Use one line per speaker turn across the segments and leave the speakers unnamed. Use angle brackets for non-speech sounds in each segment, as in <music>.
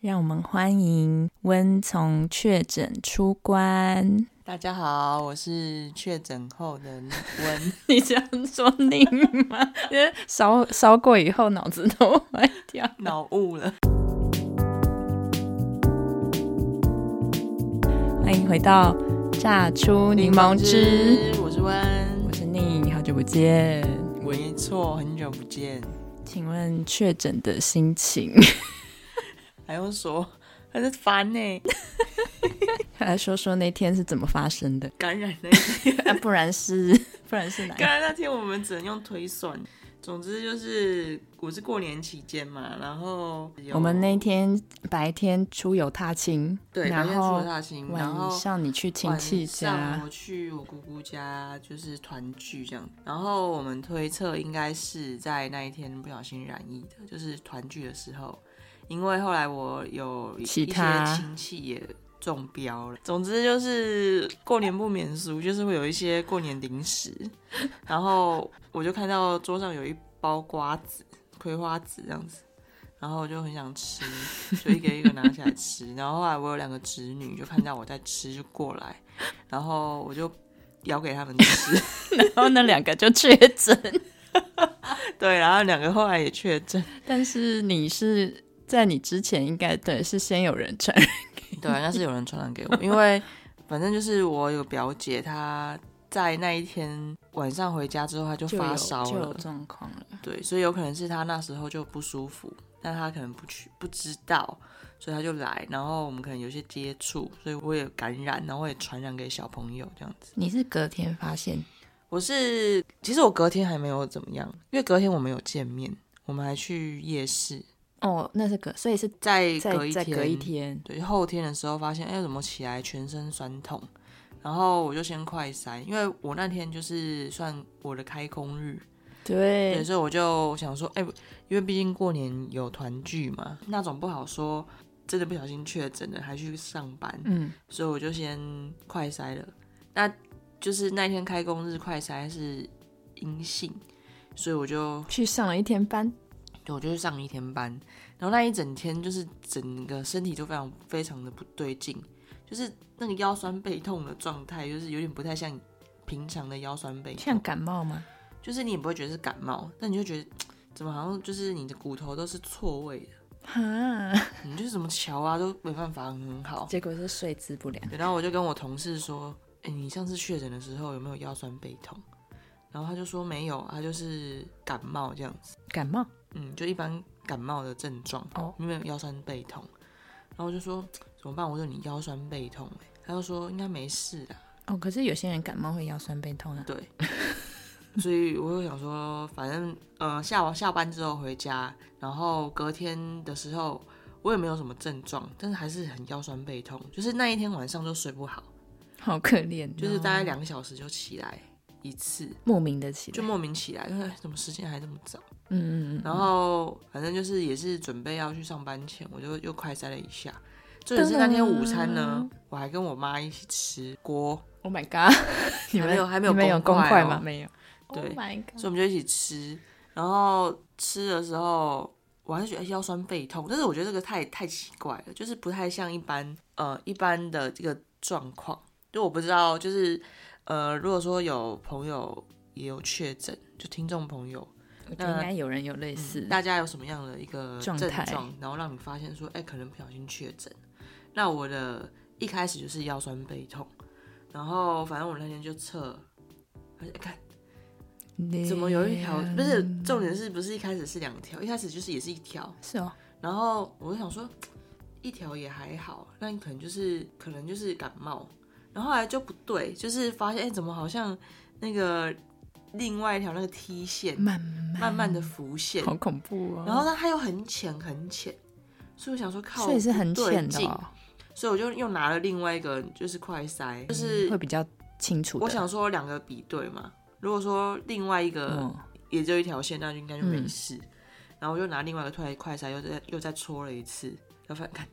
让我们欢迎温从确诊出关。
大家好，我是确诊后的温。
<laughs>
<laughs>
你这样说你 <laughs> 吗？烧烧过以后脑子都坏掉。
脑雾了，
欢迎回到榨出柠檬汁，，
我是温
我。是你，好久不见。
没错，很久不见，
请问确诊的心情？ <laughs>
还用说，还是烦呢、 <laughs>
来说说那天是怎么发生的？
感染那天，
啊、不然是 <laughs> 不然是哪一
感染那天我们只能用推算。总之就是，我是过年期间嘛，然后有
我们那天白天出游踏青，
对，
然
白天出
后
了大型，然后
晚上你去亲戚
晚上
家
我，去我姑姑家就是团聚这样，然后我们推测应该是在那一天不小心染疫的，就是团聚的时候，因为后来我有一
其
些
他
亲戚也。中标了。总之就是过年不免俗，就是会有一些过年零食。然后我就看到桌上有一包瓜子、葵花籽这样子，然后我就很想吃，就一个一个拿起来吃。然后后来我有两个侄女，就看到我在吃，就过来，然后我就咬给他们吃。
<laughs>
<laughs>
然后那两个就确诊。
对，然后两个后来也确诊。
但是你是在你之前应该对是先有人传，
对，啊那是有人传染给我，因为反正就是我有表姐，她在那一天晚上回家之后，她就发烧
<laughs> 就有
了。
状况了。
对，所以有可能是她那时候就不舒服，但她可能不去不知道，所以她就来，然后我们可能有些接触，所以我也感染，然后我也传染给小朋友这样子。
你是隔天发现，
我是其实我隔天还没有怎么样，因为隔天我们有见面，我们还去夜市，
哦，那是隔，所以是
再
在
隔一
在
天，
隔一天，
对，后天的时候发现，哎、怎么起来全身酸痛？然后我就先快筛，因为我那天就是算我的开工日，对，
对，
所以我就想说，哎、因为毕竟过年有团聚嘛，那种不好说，真的不小心确诊了还去上班，
嗯，
所以我就先快筛了。那就是那天开工日快筛是阴性，所以我就
去上了一天班，
对，我就是上一天班，然后那一整天就是整个身体都非常非常的不对劲，就是那个腰酸背痛的状态，就是有点不太像平常的腰酸背
像
痛，
感冒吗？
就是你也不会觉得是感冒，但你就觉得怎么好像就是你的骨头都是错位的，
哈，
你就是怎么瞧啊都没办法很好。
结果是睡姿不良，
对然后我就跟我同事说：“哎、你上次确诊的时候有没有腰酸背痛？”然后他就说没有，他就是感冒这样子。
感冒，
嗯，就一般感冒的症状，
哦
哦，因为腰酸背痛，然后我就说怎么办？我说你腰酸背痛、欸，他就说应该没事啊，
哦，可是有些人感冒会腰酸背痛啊，
对， <laughs> 所以我就想说，反正呃下完下班之后回家，然后隔天的时候我也没有什么症状，但是还是很腰酸背痛，就是那一天晚上就睡不好，
好可怜哦，
就是大概两个小时就起来一次，
莫名的起来，
就莫名起来，就是哎怎么时间还这么早？
嗯嗯嗯，
然后反正就是也是准备要去上班前，我就又快塞了一下。重点
当
是那天
然
午餐呢，我还跟我妈一起吃锅，
Oh my god！你 <laughs>
还没有还没有
你们有
公筷
筷
哦
吗？没有。
对
Oh my god！
所以我们就一起吃。然后吃的时候，我还是觉得哎腰酸背痛，但是我觉得这个太太奇怪了，就是不太像一般呃一般的这个状况。就我不知道，就是呃如果说有朋友也有确诊，就听众朋友，
我觉得应该有人有类似。
嗯大家有什么样的一个
状
症
态
状，然后让你发现说，哎、可能不小心确诊。那我的一开始就是腰酸背痛，然后反正我那天就测，而且看怎么有一条，不是重点是不是一开始是两条，一开始就是也是一条，
是哦，
然后我就想说一条也还好，那你可能就是可能就是感冒，然后后来就不对，就是发现哎、怎么好像那个另外一条那个 T 线
慢慢
慢慢的浮现，
好恐怖哦。
然后呢，它又很浅很浅，所以我想说靠，
所以是很浅
不
的
对
哦，
劲所以我就又拿了另外一个就是快塞，就是
会比较清楚的。
我想说两个比对嘛，如果说另外一个
嗯，
也就一条线，那就应该就没
嗯
事。然后我就拿另外一个快快塞，又再又再戳了一次，然后发现看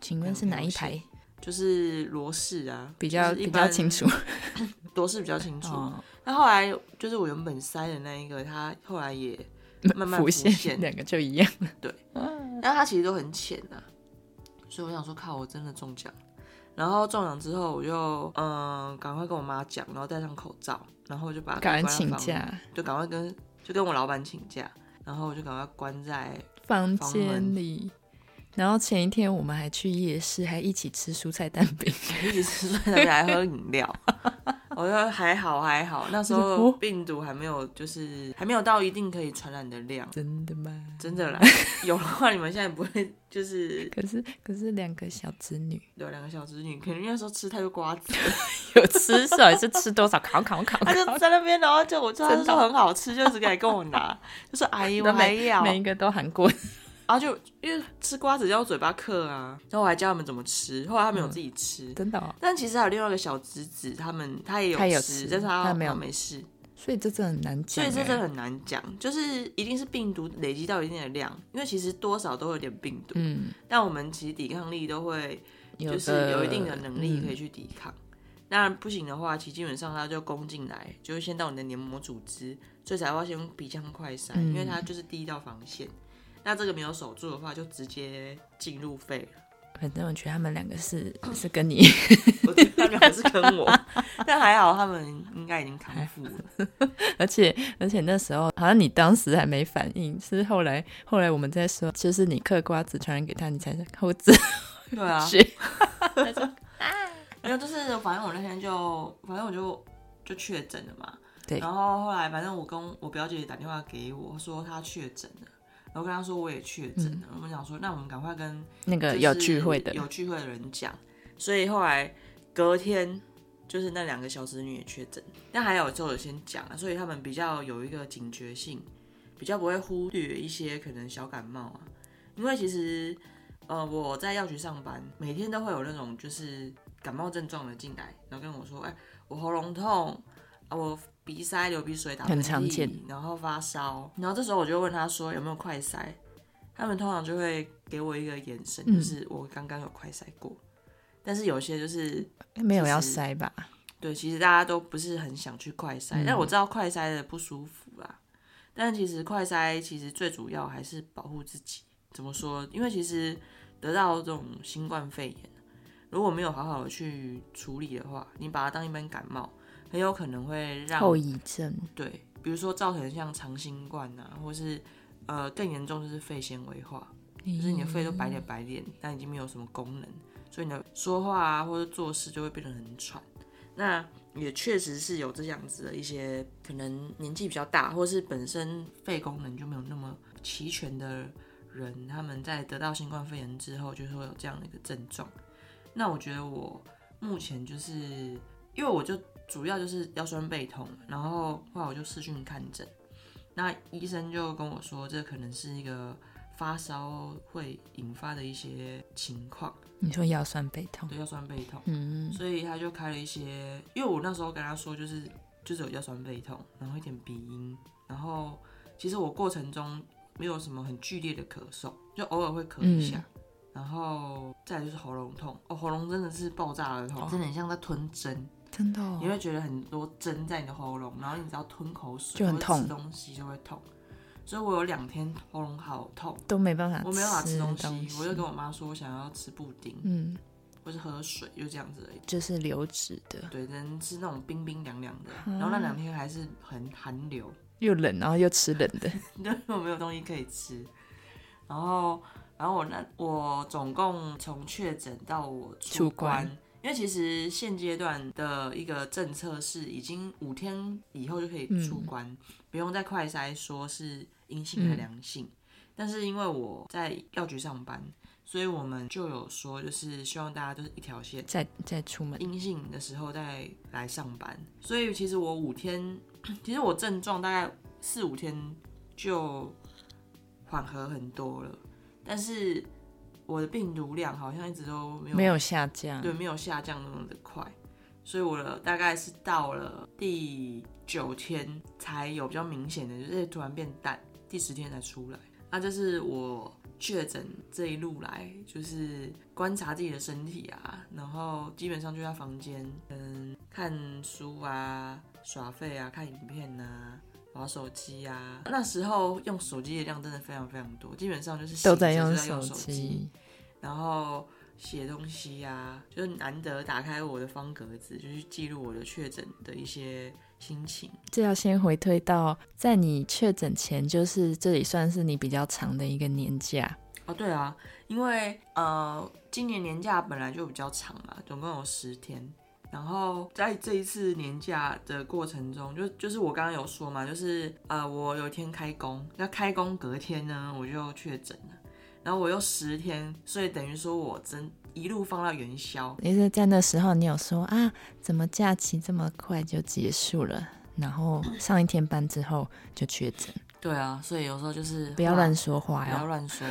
请问是哪一排
就是罗氏啊，
比较
就是一
比
般
较清楚？
罗氏比较
<laughs>
清楚。
哦，
那后来就是我原本塞的那一个，它后来也慢慢
浮
浮
现
现
两个就一样。
但它其实都很浅啊。所以我想说，靠，我真的中奖。然后中奖之后，我就嗯，赶快跟我妈讲，然后戴上口罩，然后我就把它
赶
关
快
在
请
房里，
假，
就赶快跟就跟我老板请假，然后我就赶快关在
房
房
间
门
里。然后前一天我们还去夜市，还一起吃蔬菜蛋饼。
一直吃在那边还喝饮料。 <laughs> 我说还好还好，那时
哦
候病毒还没有，就是还没有到一定可以传染的量，
<laughs> 真的吗？
真的啦。
<laughs>
有的话，你们现在不会就是
可是可是两个小侄女
有两个小侄女，可能那时候吃太多瓜子，
有吃少也是吃多少，烤烤
<laughs>
烤
啊她就在那边，然后就我知道她
真的
说很好吃，就一直来跟我
<laughs>
拿，就说阿姨我还要，
每一
然
个都喊过。
后就因为吃瓜子要嘴巴嗑啊，然后我还教他们怎么吃，后来他们有自己吃。
真的、哦，
但其实还有另外一个小侄子，他们他也有
他也有吃
但是他
他没有
他没事，
所以这真的很难讲
所
欸。
以这真的很难讲，就是一定是病毒累积到一定的量，因为其实多少都有点病毒，
嗯，
但我们其实抵抗力都会
有
就是有一定的能力
嗯
可以去抵抗。当然不行的话，其实基本上它就攻进来，就是先到你的黏膜组织，所以才要先用鼻腔快筛，
嗯
因为它就是第一道防线。那这个没有守住的话，就直接进入肺了。
嗯反正我觉得他们两个是 <coughs> 是跟你
我觉得他们还是跟我，但还好他们应该已经康复了。
而且而且那时候好像你当时还没反应，是后来后来我们在说，就是你嗑瓜子传染给他，你才后知
对啊，
觉。
没有，就是反正我那天就，反正我就就确诊了嘛。
对
然后后来，反正我跟我表姐打电话给我说她确诊了，然后跟她说我也确诊
嗯
了。我们想说，那我们赶快跟
那个
就是
有聚会的，
有聚会的人讲。所以后来隔天，就是那两个小侄女也确诊，但还有就有先讲啊，所以他们比较有一个警觉性，比较不会忽略一些可能小感冒啊。因为其实呃我在药局上班，每天都会有那种就是感冒症状的进来，然后跟我说，哎、我喉咙痛，啊我。鼻塞、流鼻水、打喷
很
嚏
常见，
然后发烧，然后这时候我就会问他说有没有快筛，他们通常就会给我一个眼神，
嗯
就是我刚刚有快筛过，但是有些就是
没有要
就是
塞吧？
对，其实大家都不是很想去快筛，
嗯
但我知道快筛的不舒服啦。但其实快筛其实最主要还是保护自己。怎么说？因为其实得到这种新冠肺炎，如果没有好好的去处理的话，你把它当一般感冒，很有可能会让
后遗症，
对，比如说造成像长新冠啊，或是呃更严重就是肺纤维化，就是你的
嗯
肺都白脸白脸，但已经没有什么功能，所以你的说话啊或者做事就会变得很喘。那也确实是有这样子的一些可能年纪比较大，或是本身肺功能就没有那么齐全的人，他们在得到新冠肺炎之后，就是会有这样的一个症状。那我觉得我目前就是因为我就主要就是腰酸背痛，然后后来我就视讯看诊，那医生就跟我说，这可能是一个发烧会引发的一些情况，
你说腰酸背痛，
对腰酸背痛，
嗯，
所以他就开了一些，因为我那时候跟他说就是就是有腰酸背痛，然后一点鼻音，然后其实我过程中没有什么很剧烈的咳嗽，就偶尔会咳一下。
嗯
然后再来就是喉咙痛，哦，喉咙真的是爆炸的
哦
痛，真的很像在吞针，
真的、哦
你，会觉得很多针在你的喉咙，然后你只要吞口水
就很
或者
痛
吃东西就会痛。所以我有两天喉咙好痛，
都没办法，
我没有啊办法吃
东
东西，我就跟我妈说我想要吃布丁
嗯，
或是喝水，就这样子而已。
就是流质的，
对，能吃那种冰冰凉凉的，然后那两天还是很寒流，
又冷然后又吃冷的，
<laughs> 对，我没有东西可以吃。然后，然后我那我总共从确诊到我出
出关
因为其实现阶段的一个政策是，已经五天以后就可以出关，不用再快筛说是阴性还良性。但是因为我在药局上班，所以我们就有说，就是希望大家都是一条线，
再再出门，
阴性的时候再来上班，所以其实我五天，其实我症状大概四五天就缓和很多了，但是我的病毒量好像一直都没有
没有下降，
对没有下降那么的快，所以我的大概是到了第九天才有比较明显的，就是哎突然变淡，第十天才出来。那这是我确诊这一路来，就是观察自己的身体啊，然后基本上就在房间，嗯，看书啊、耍废啊、看影片啊。玩手机啊，那时候用手机的量真的非常非常多，基本上就是
都在
醒着
用
就在用
手
手机，
机，
然后写东西呀、就是难得打开我的方格子，就是记录我的确诊的一些心情。
这要先回推到在你确诊前，就是这里算是你比较长的一个年假。
哦，对啊，因为呃，今年年假本来就比较长嘛，总共有十天。然后在这一次年假的过程中，就就是我刚刚有说嘛，就是呃，我有一天开工，那开工隔天呢，我就确诊了，然后我又十天，所以等于说我真一路放到元宵，
也是在那时候，你有说啊，怎么假期这么快就结束了？然后上一天班之后就确诊，
对啊，所以有时候就是
不要乱说话哦
不要
哟。
乱说，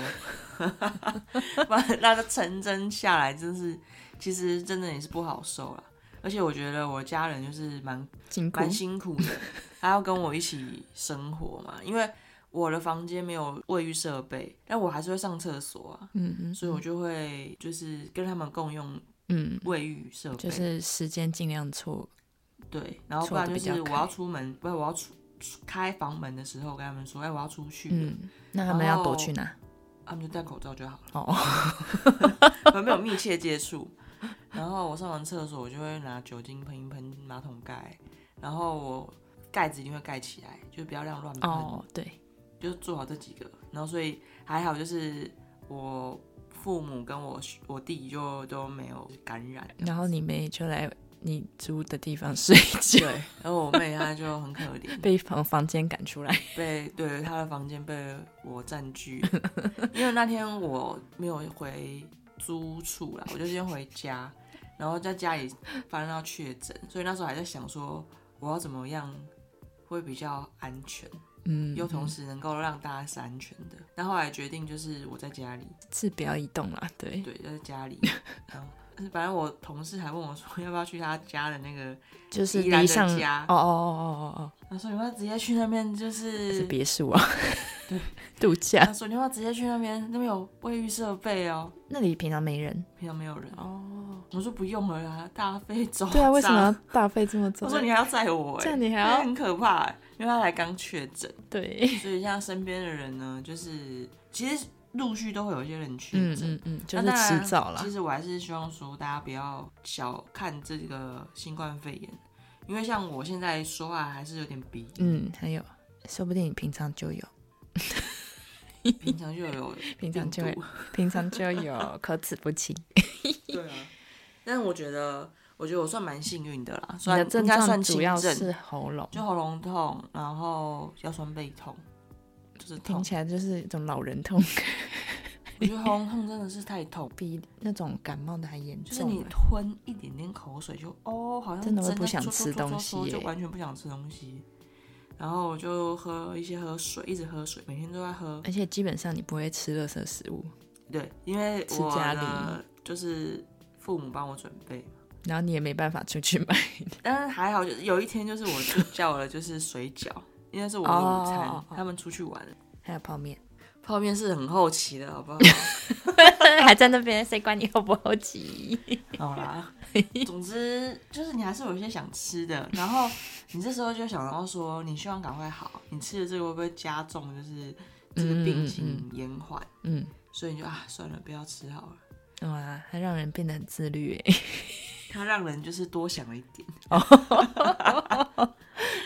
<laughs> 不然那个成真下来，真是其实真的也是不好受了。而且我觉得我家人就是蛮
辛苦
蛮辛苦的，他要跟我一起生活嘛，因为我的房间没有卫浴设备，但我还是会上厕所啊，
嗯嗯
所以我就会就是跟他们共用
嗯，
卫浴设备，
就是时间尽量错。
嗯对，然后不
错得
然就
比较
是我
开
要出门，不是我要出出开房门的时候，跟他们说，哎、我要出去了，
嗯，那他们要躲去哪？
他们就戴口罩就好了。 <laughs>
哦，
我们没有密切接触。然后我上完厕所，我就会拿酒精喷一喷马桶盖，然后我盖子一定会盖起来，就不要这样乱喷，
哦，对，
就做好这几个。然后所以还好，就是我父母跟我我弟就都没有感染。
然后你妹就来你租的地方睡
<laughs>
觉，
然后我妹她就很可怜，
被房房间赶出来。
被对他的房间被我占据，因为那天我没有回租处啦，我就先回家，然后在家里发生到确诊，所以那时候还在想说我要怎么样会比较安全，
嗯，
又同时能够让大家是安全的。但后来决定就是我在家里，
是不要移动啦，对，
对，在家里，然后呃反正我同事还问我说要不要去他家的那个，
就是
宜兰
离
的
上
家
哦哦哦哦哦
他说你要不要直接去那边就
哦，是
是
别墅啊， <laughs> 度假
他说你要不要直接去那边，那边有卫浴设备哦。
那里平常没人
平常没有人。
哦。
我说不用了啦，大费周章。
对啊，为什么要大费这么
我
做？
说你还要载我、欸？
这样你还
因为
要
很可怕、欸，因为他才刚确诊，
对，
所以像身边的人呢，就是其实陆续都会有一些人确
嗯
诊。
嗯嗯，就
那
是
当然啊
迟早啦
其。实我还是希望说，大家不要小看这个新冠肺炎，因为像我现在说话还是有点鼻音，
嗯，还有，说不定你平常就有，
平常就有
平常 <laughs>
病
就会
毒。
平常就有， <laughs> 可耻不清。
<laughs> 对啊，但是我觉得，我觉得我算蛮幸运的啦，
你
算
的症
应该算
状
轻
主要
症
是喉咙，
就喉咙痛，然后腰酸背痛，就是
听
痛。
起来就是一种老人痛，
我觉得喉咙痛真的是太痛，
比那种感冒的还严
就是
重
你
欸。
吞一点点口水就哦，好像
真的会
在
不想
戳戳
吃
戳戳
东西
戳就
耶
完全不想吃东西。然后我就喝一些喝水，一直喝水，每天都在喝。
而且基本上你不会吃垃圾食物，
对，因为
吃
我
家
的就是父母帮我准备，
然后你也没办法出去买。 <laughs>
但是还好，就是有一天就是我就叫了就是水饺，因为是我的午餐
<laughs> 哦哦哦
他们出去玩，
还有泡面，
泡面是很后期的，好不好？
<laughs> 还在那边，谁管你好不好奇？
<laughs> 好啦，总之就是你还是有一些想吃的，然后你这时候就想到说，你希望赶快好，你吃的这个会不会加重就是这个病情延缓？
嗯，
所以你就啊算了，不要吃好了。
哇，它让人变得很自律欸。 <laughs>
它让人就是多想了一点，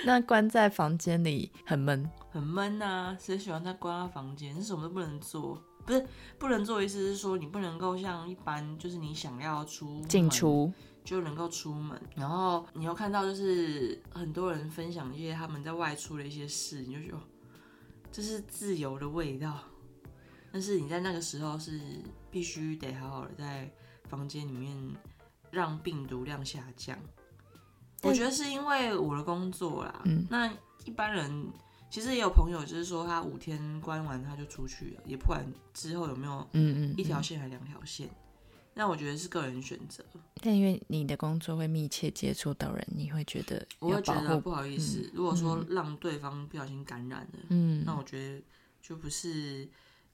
那关在房间里很闷，
很闷啊，谁喜欢在关在房间，是什么都不能做。不是不能做，意思是说你不能够像一般，就是你想要出门
进出
就能够出门，然后你又看到就是很多人分享一些他们在外出的一些事，你就觉得哦这是自由的味道。但是你在那个时候是必须得好好的在房间里面让病毒量下降。
但
我觉得是因为我的工作啦，
嗯
那一般人其实也有朋友就是说他五天关完他就出去了，也不管之后有没有
嗯嗯，
一条
嗯。
线还两条线。那我觉得是个人选择。
但因为你的工作会密切接触到人，你会觉得
我
要
会觉
保
得
护。
不好意思，如果说让对方不小心感染了，
嗯，
那我觉得就不是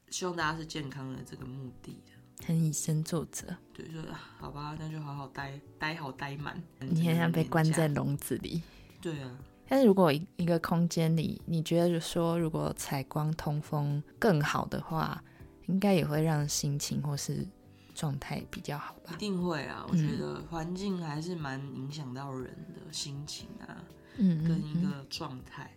希望大家是健康的这个目的的。
很以身作则，
对，就啊好吧，那就好好待待好待满。
你很像被关在
年假
笼子里。
对啊，
但是如果一一个空间里，你觉得说如果采光通风更好的话，应该也会让心情或是状态比较好吧
一？定会啊！我
嗯
觉得环境还是蛮影响到人的心情啊，
嗯
跟
嗯
一个状态。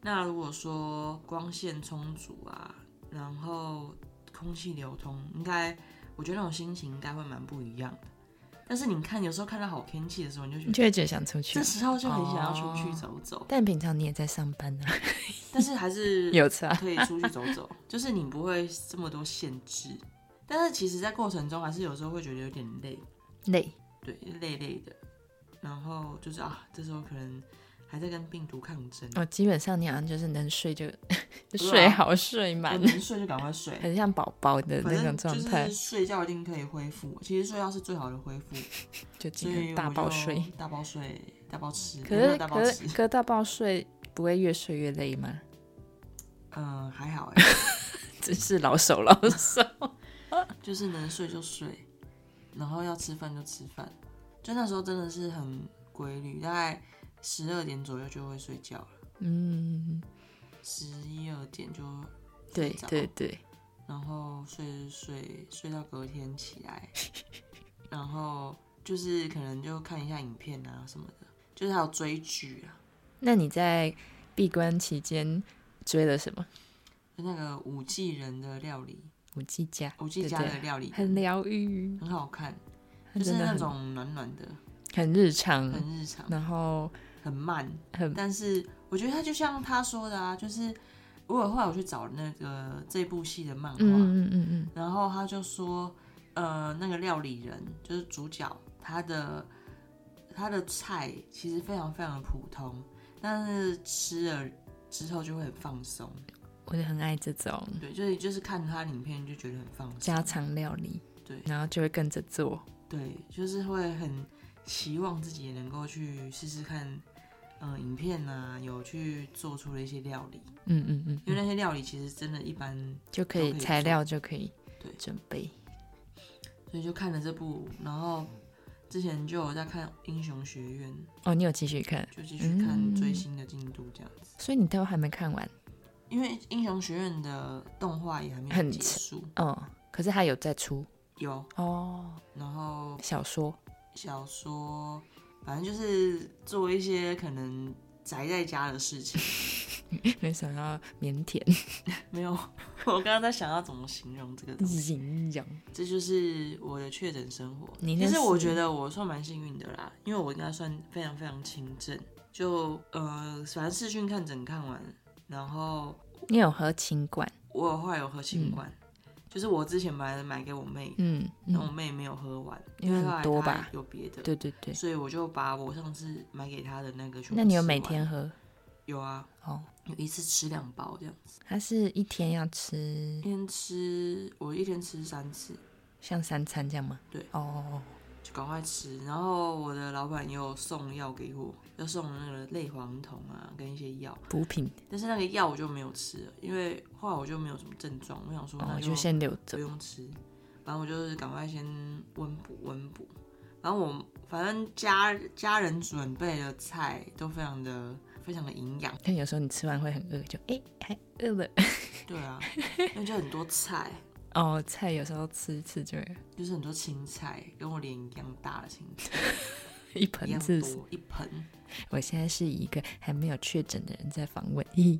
那如果说光线充足啊，然后空气流通，应该我觉得那种心情应该会蛮不一样的。但是你看，有时候看到好天气的时候，你就觉
你
得
就会觉得想出去啊
这，时候就很想要出去
哦
走走，
但平常你也在上班
<laughs>
啊，
但是还是
<laughs> 有差。
可以出去走走，就是你不会这么多限制。但是其实，在过程中还是有时候会觉得有点累，
累，
对，累累的。然后就是啊，这时候可能还在跟病毒抗争，
哦，基本上你好像就是能睡就 <laughs> 就
对啊
睡好睡满
就，能睡就赶快睡，
很像宝宝的
反
那
正
种
就
状态
是，睡觉一定可以恢复。其实睡觉是最好的恢复，
就 <laughs>
所
基
以
本大
我
爆
就
睡。
大包睡，大包吃，
可
也没有
是
大包
可
吃
是，可是大爆睡不会越睡越累
<laughs>
吗？
嗯，还好哎、
真是老手老手。
就是能睡就睡，然后要吃饭就吃饭。就那时候真的是很规律，大概十二点左右就会睡觉了，
<laughs> 嗯，
十一二点就
对
睡着
对对，
然后睡睡睡到隔天起来，然后就是可能就看一下影片啊什么的，就是还有追剧啊，
那你在闭关期间追了什么？
就那个五 G 人的料理，
五 G 家，
五 G 家
对
的料理
很疗愈，
很好看，
它
就是
真的
那
很
种暖暖的，
很日常，
很日常，
然后
很啊慢，
很
但是我觉得他就像他说的啊，就是我有后来我去找那个这部戏的漫画，
嗯嗯嗯嗯，
然后他就说，呃，那个料理人就是主角，他的他的菜其实非常非常的普通，但是吃了之后就会很放松。
我就很爱这种
对，就是就是看他影片就觉得很放松。
嗯家常料理，
对
然后就会跟着做。
对，就是会很期望自己也能够去试试看，嗯、影片啊有去做出了一些料理，
嗯嗯嗯，
因为那些料理其实真的一般
就可
都
以
可以
材
做
料就可以
对
准备。
所以就看了这部，然后之前就有在看《英雄学院》，
哦，你有继续看，
就继续看追星的进度这样子。
所以你都还没看完
因为《英雄学院》的动画也还没有
很
结
长
束，
哦。可是它有在出
有，
哦，
然后
小说 <laughs>
小说，反正就是做一些可能宅在家的事情。
没想到腼腆、 <laughs>
没有， <laughs> 我刚刚在想要怎么形容这个东西。
营养，
这就是我的确诊生活。
你
其
那
实我
是
觉得我算蛮幸运的啦，因为我应该算非常非常轻症，就呃，反正视讯看诊看完，然后
你有喝清罐？
我有后来有喝清
嗯
管，就是我之前买买给我妹，
嗯
但我
嗯，
妹没有喝完，
因为
为
很
后来
多
她
吧
有别的，
对对对。
所以我就把我上次买给她的那个全部
那你有
吃
每
完
天喝？
有啊？
哦，
有一次吃两包这样子，
它是一天要吃
一天吃我一天吃三次，
像三餐这样吗？
对
哦，
就赶快吃。然后我的老板也有送药给我，就送了那个类黄酮啊跟一些药，
补品
但是那个药我就没有吃了，因为后来我就没有什么症状，我想说
哦
那，
就先留
不
着。
用吃，反正我就是赶快先温补温补。然后我反正家家人准备的菜都非常的非常的营养，
但有时候你吃完会很饿，就哎、还饿了。 <laughs>
对啊，因为就很多菜，
哦，菜有时候吃一次就会 <laughs>
就是很多青菜，跟我脸一样大的青菜
一
一
盆
样
自死。
多一盆。
我现在是以一个还没有确诊的人在访问，咦，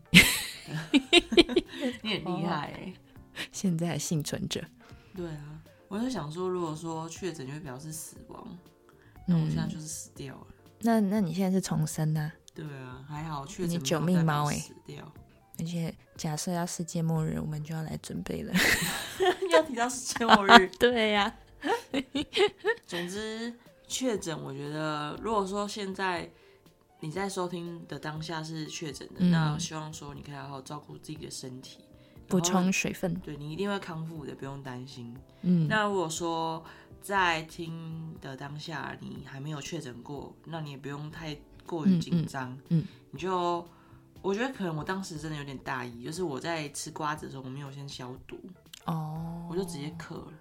你很
哦
厉害哎、
<laughs> 现在还幸存者。
对啊，我就想说，如果说确诊就表示死亡，那我现在
嗯，
就是死掉了。
那那你现在是重生啊？
对啊，还好确诊
你
没有
九命
代表
猫欸
死掉。 <laughs>
而且假设要世界末日，我们就要来准备了。 <laughs>
要提到世界末日， <laughs>
对呀、
总之，确诊，我觉得如果说现在你在收听的当下是确诊的，
嗯
那希望说你可以好好照顾自己的身体，
补
然后
充水分。
对你一定会康复的，不用担心。
嗯，
那如果说在听的当下你还没有确诊过，那你也不用太过于紧张，
嗯嗯
你就。我觉得可能我当时真的有点大意，就是我在吃瓜子的时候，我没有先消毒，
哦，
我就直接咳了。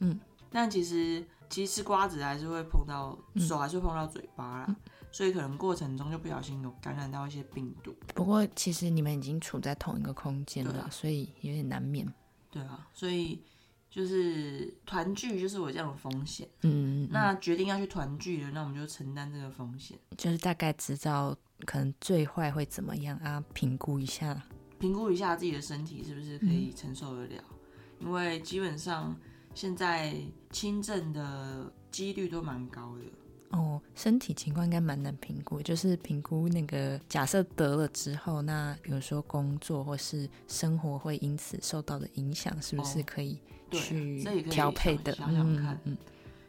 嗯，
但其实其实吃瓜子还是会碰到
嗯
手，还是会碰到嘴巴啦，所以可能过程中就不小心有感染到一些病毒。
不过其实你们已经处在同一个空间
对啊
了，所以有点难免。
对啊，所以就是团聚，就是我这样的风险。
嗯，
那决定要去团聚了，那我们就承担这个风险，
就是大概知道可能最坏会怎么样啊，评估一下。
评估一下自己的身体是不是可
嗯
以承受得了，因为基本上现在轻症的几率都蛮高的。
哦，身体情况应该蛮难评估，就是评估那个假设得了之后，那比如说工作或是生活会因此受到的影响，是不是
哦
可以
对
去
这也可以
调配
想
的？
想想看
嗯，嗯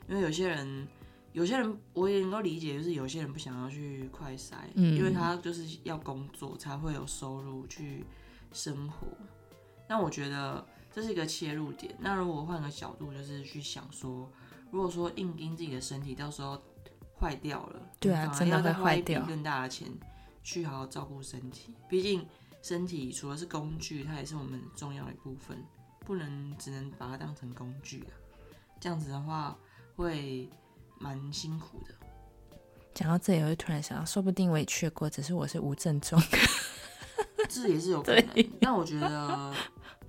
因为有些人，有些人我也能够理解，就是有些人不想要去快筛，
嗯
因为他就是要工作才会有收入去生活。那我觉得这是一个切入点。那如果换个角度，就是去想说，如果说硬盯自己的身体，到时候坏掉了，
对啊
反而
真的
要再
会
花
坏
一笔
掉
更大的钱去好好照顾身体。毕竟身体除了是工具，它也是我们重要的一部分，不能只能把它当成工具啊。这样子的话会蛮辛苦的。
讲到这里，我就突然想到，说不定我也去过，只是我是无症
<laughs>
状。
这也是有可能。但我觉得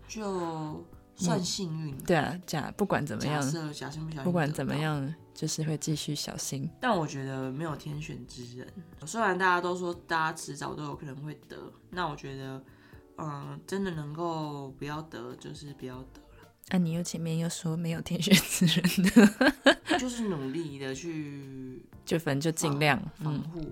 就算幸
<laughs>
运，
对啊，假不管怎么
假
样，
设假设不小心
不管
得
怎么
到，
样，就是会继续小心。
但我觉得没有天选之人。虽然大家都说大家迟早都有可能会得，那我觉得，嗯，真的能够不要得就是不要得，
啊，你又前面又说没有天选之人的， <laughs>
就是努力的去
就反正就尽量，<laughs>
防
嗯，
护。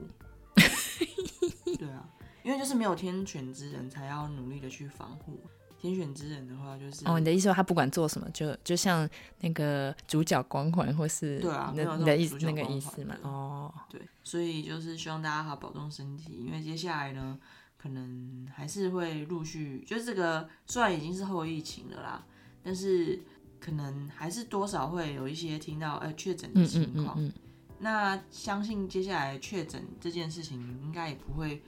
对啊，因为就是没有天选之人，才要努力的去防护。天选之人的话，就是
哦，你的意思说他不管做什么，就就像那个主角光环，或是
对啊
你
没
的
有
你的
那种
意思
主角
那个
光
意
环
思嘛？
对
哦，
对，所以就是希望大家好好保重身体，因为接下来呢，可能还是会陆续，就是这个虽然已经是后疫情了啦，但是可能还是多少会有一些听到呃确诊的
嗯嗯
情
嗯
况。
嗯，
那相信接下来确诊这件事情应该也不会，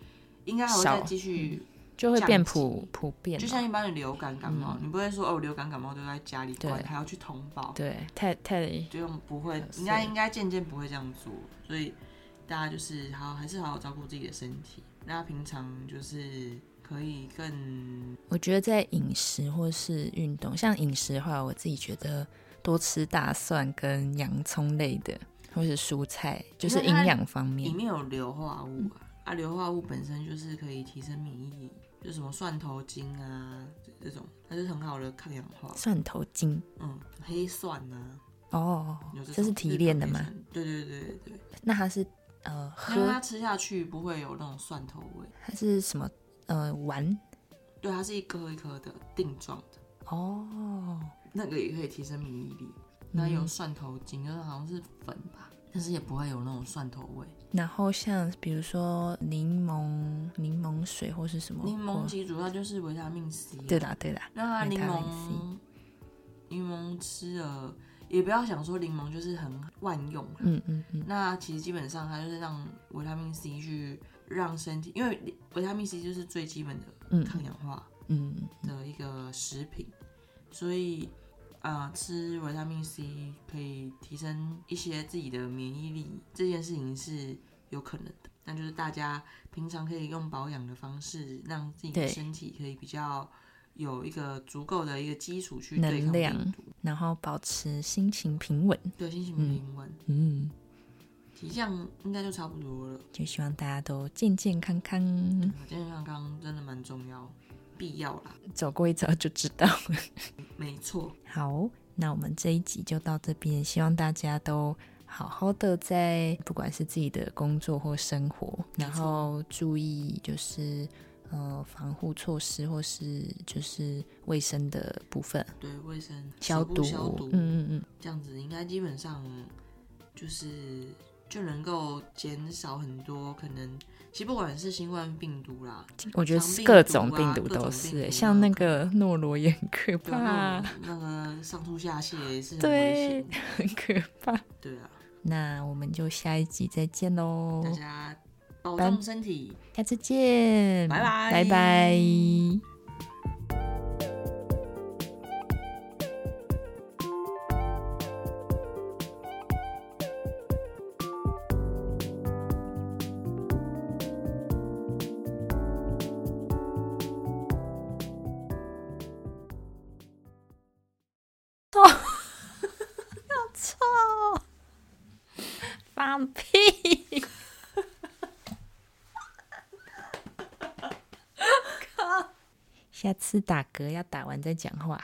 应该还会再
少嗯
继续，
就会变
降
普普遍
就
嘛，
像一般的流感感冒，你不会说哦流感感冒都在家里
嗯对
管，还要去通报。
对，太太
就不会，
呃是
应该应该渐渐不会这样做，所以大家就是好还是好好照顾自己的身体。那平常就是可以更
我觉得在饮食或是运动，像饮食的话，我自己觉得多吃大蒜跟洋葱类的，或是蔬菜，就是
那
营
它
养方
里
面。
面有硫化物
嗯
啊，啊硫化物本身就是可以提升免疫力，就什么蒜头精啊这这种，它是很好的抗氧化。
蒜头精
嗯，黑蒜呐、
哦
有，这
这是
种
提
日本
炼的
黑
吗？
蒜？对对对对对，
那它是呃
因为它
喝
吃下去不会有那种蒜头味，
它是什么呃丸
对，它是一颗一颗的定状的。
哦，
那个也可以提升免疫力。
嗯
那有蒜头精，就是好像是粉吧，但是也不会有那种蒜头味。
然后像比如说柠檬柠檬水或是什么
柠檬
或
其实主要就是维他命 C。
哦对，啦对啦，
那柠
维他命
檬，柠檬吃了也不要想说柠檬就是很万用啦，
嗯嗯嗯，
那其实基本上它就是让维他命 C 去让身体，因为维他命 C 就是最基本的
嗯
抗氧化
嗯
的一个食品，所以啊、呃吃维他命 C 可以提升一些自己的免疫力，这件事情是有可能的。那就是大家平常可以用保养的方式，让自己
对
的身体可以比较有一个足够的一个基础去对
能
抗
量
病毒，
然后保持心情平稳，
对心情平稳。
嗯。
体相应该就差不多了，
就希望大家都健健康康，
健健康康真的蛮重要，必要啦，
走过一遭就知道。 <laughs>
没错。
好，那我们这一集就到这边，希望大家都好好的在，不管是自己的工作或生活，
没错
然后注意就是呃防护措施或是就是卫生的部分，
对卫生
消
手
毒，
部消毒，
嗯嗯嗯，
这样子应该基本上就是就能够减少很多可能，其实不管是新冠病毒啦，
嗯我觉得
肠病
各
毒
种
啊
病毒
各种
都
病
是
毒啊
欸、
都
像
有
那
可
个诺罗也很可
对
怕，，
啊那种那个上吐下泻也是很危
对
险，的，
很可怕。
对啊，
那我们就下一集再见喽，
大家保
拜
重身体。
下次见，
拜拜
拜拜。哦。放屁！ <laughs> 下次打嗝要打完再讲话。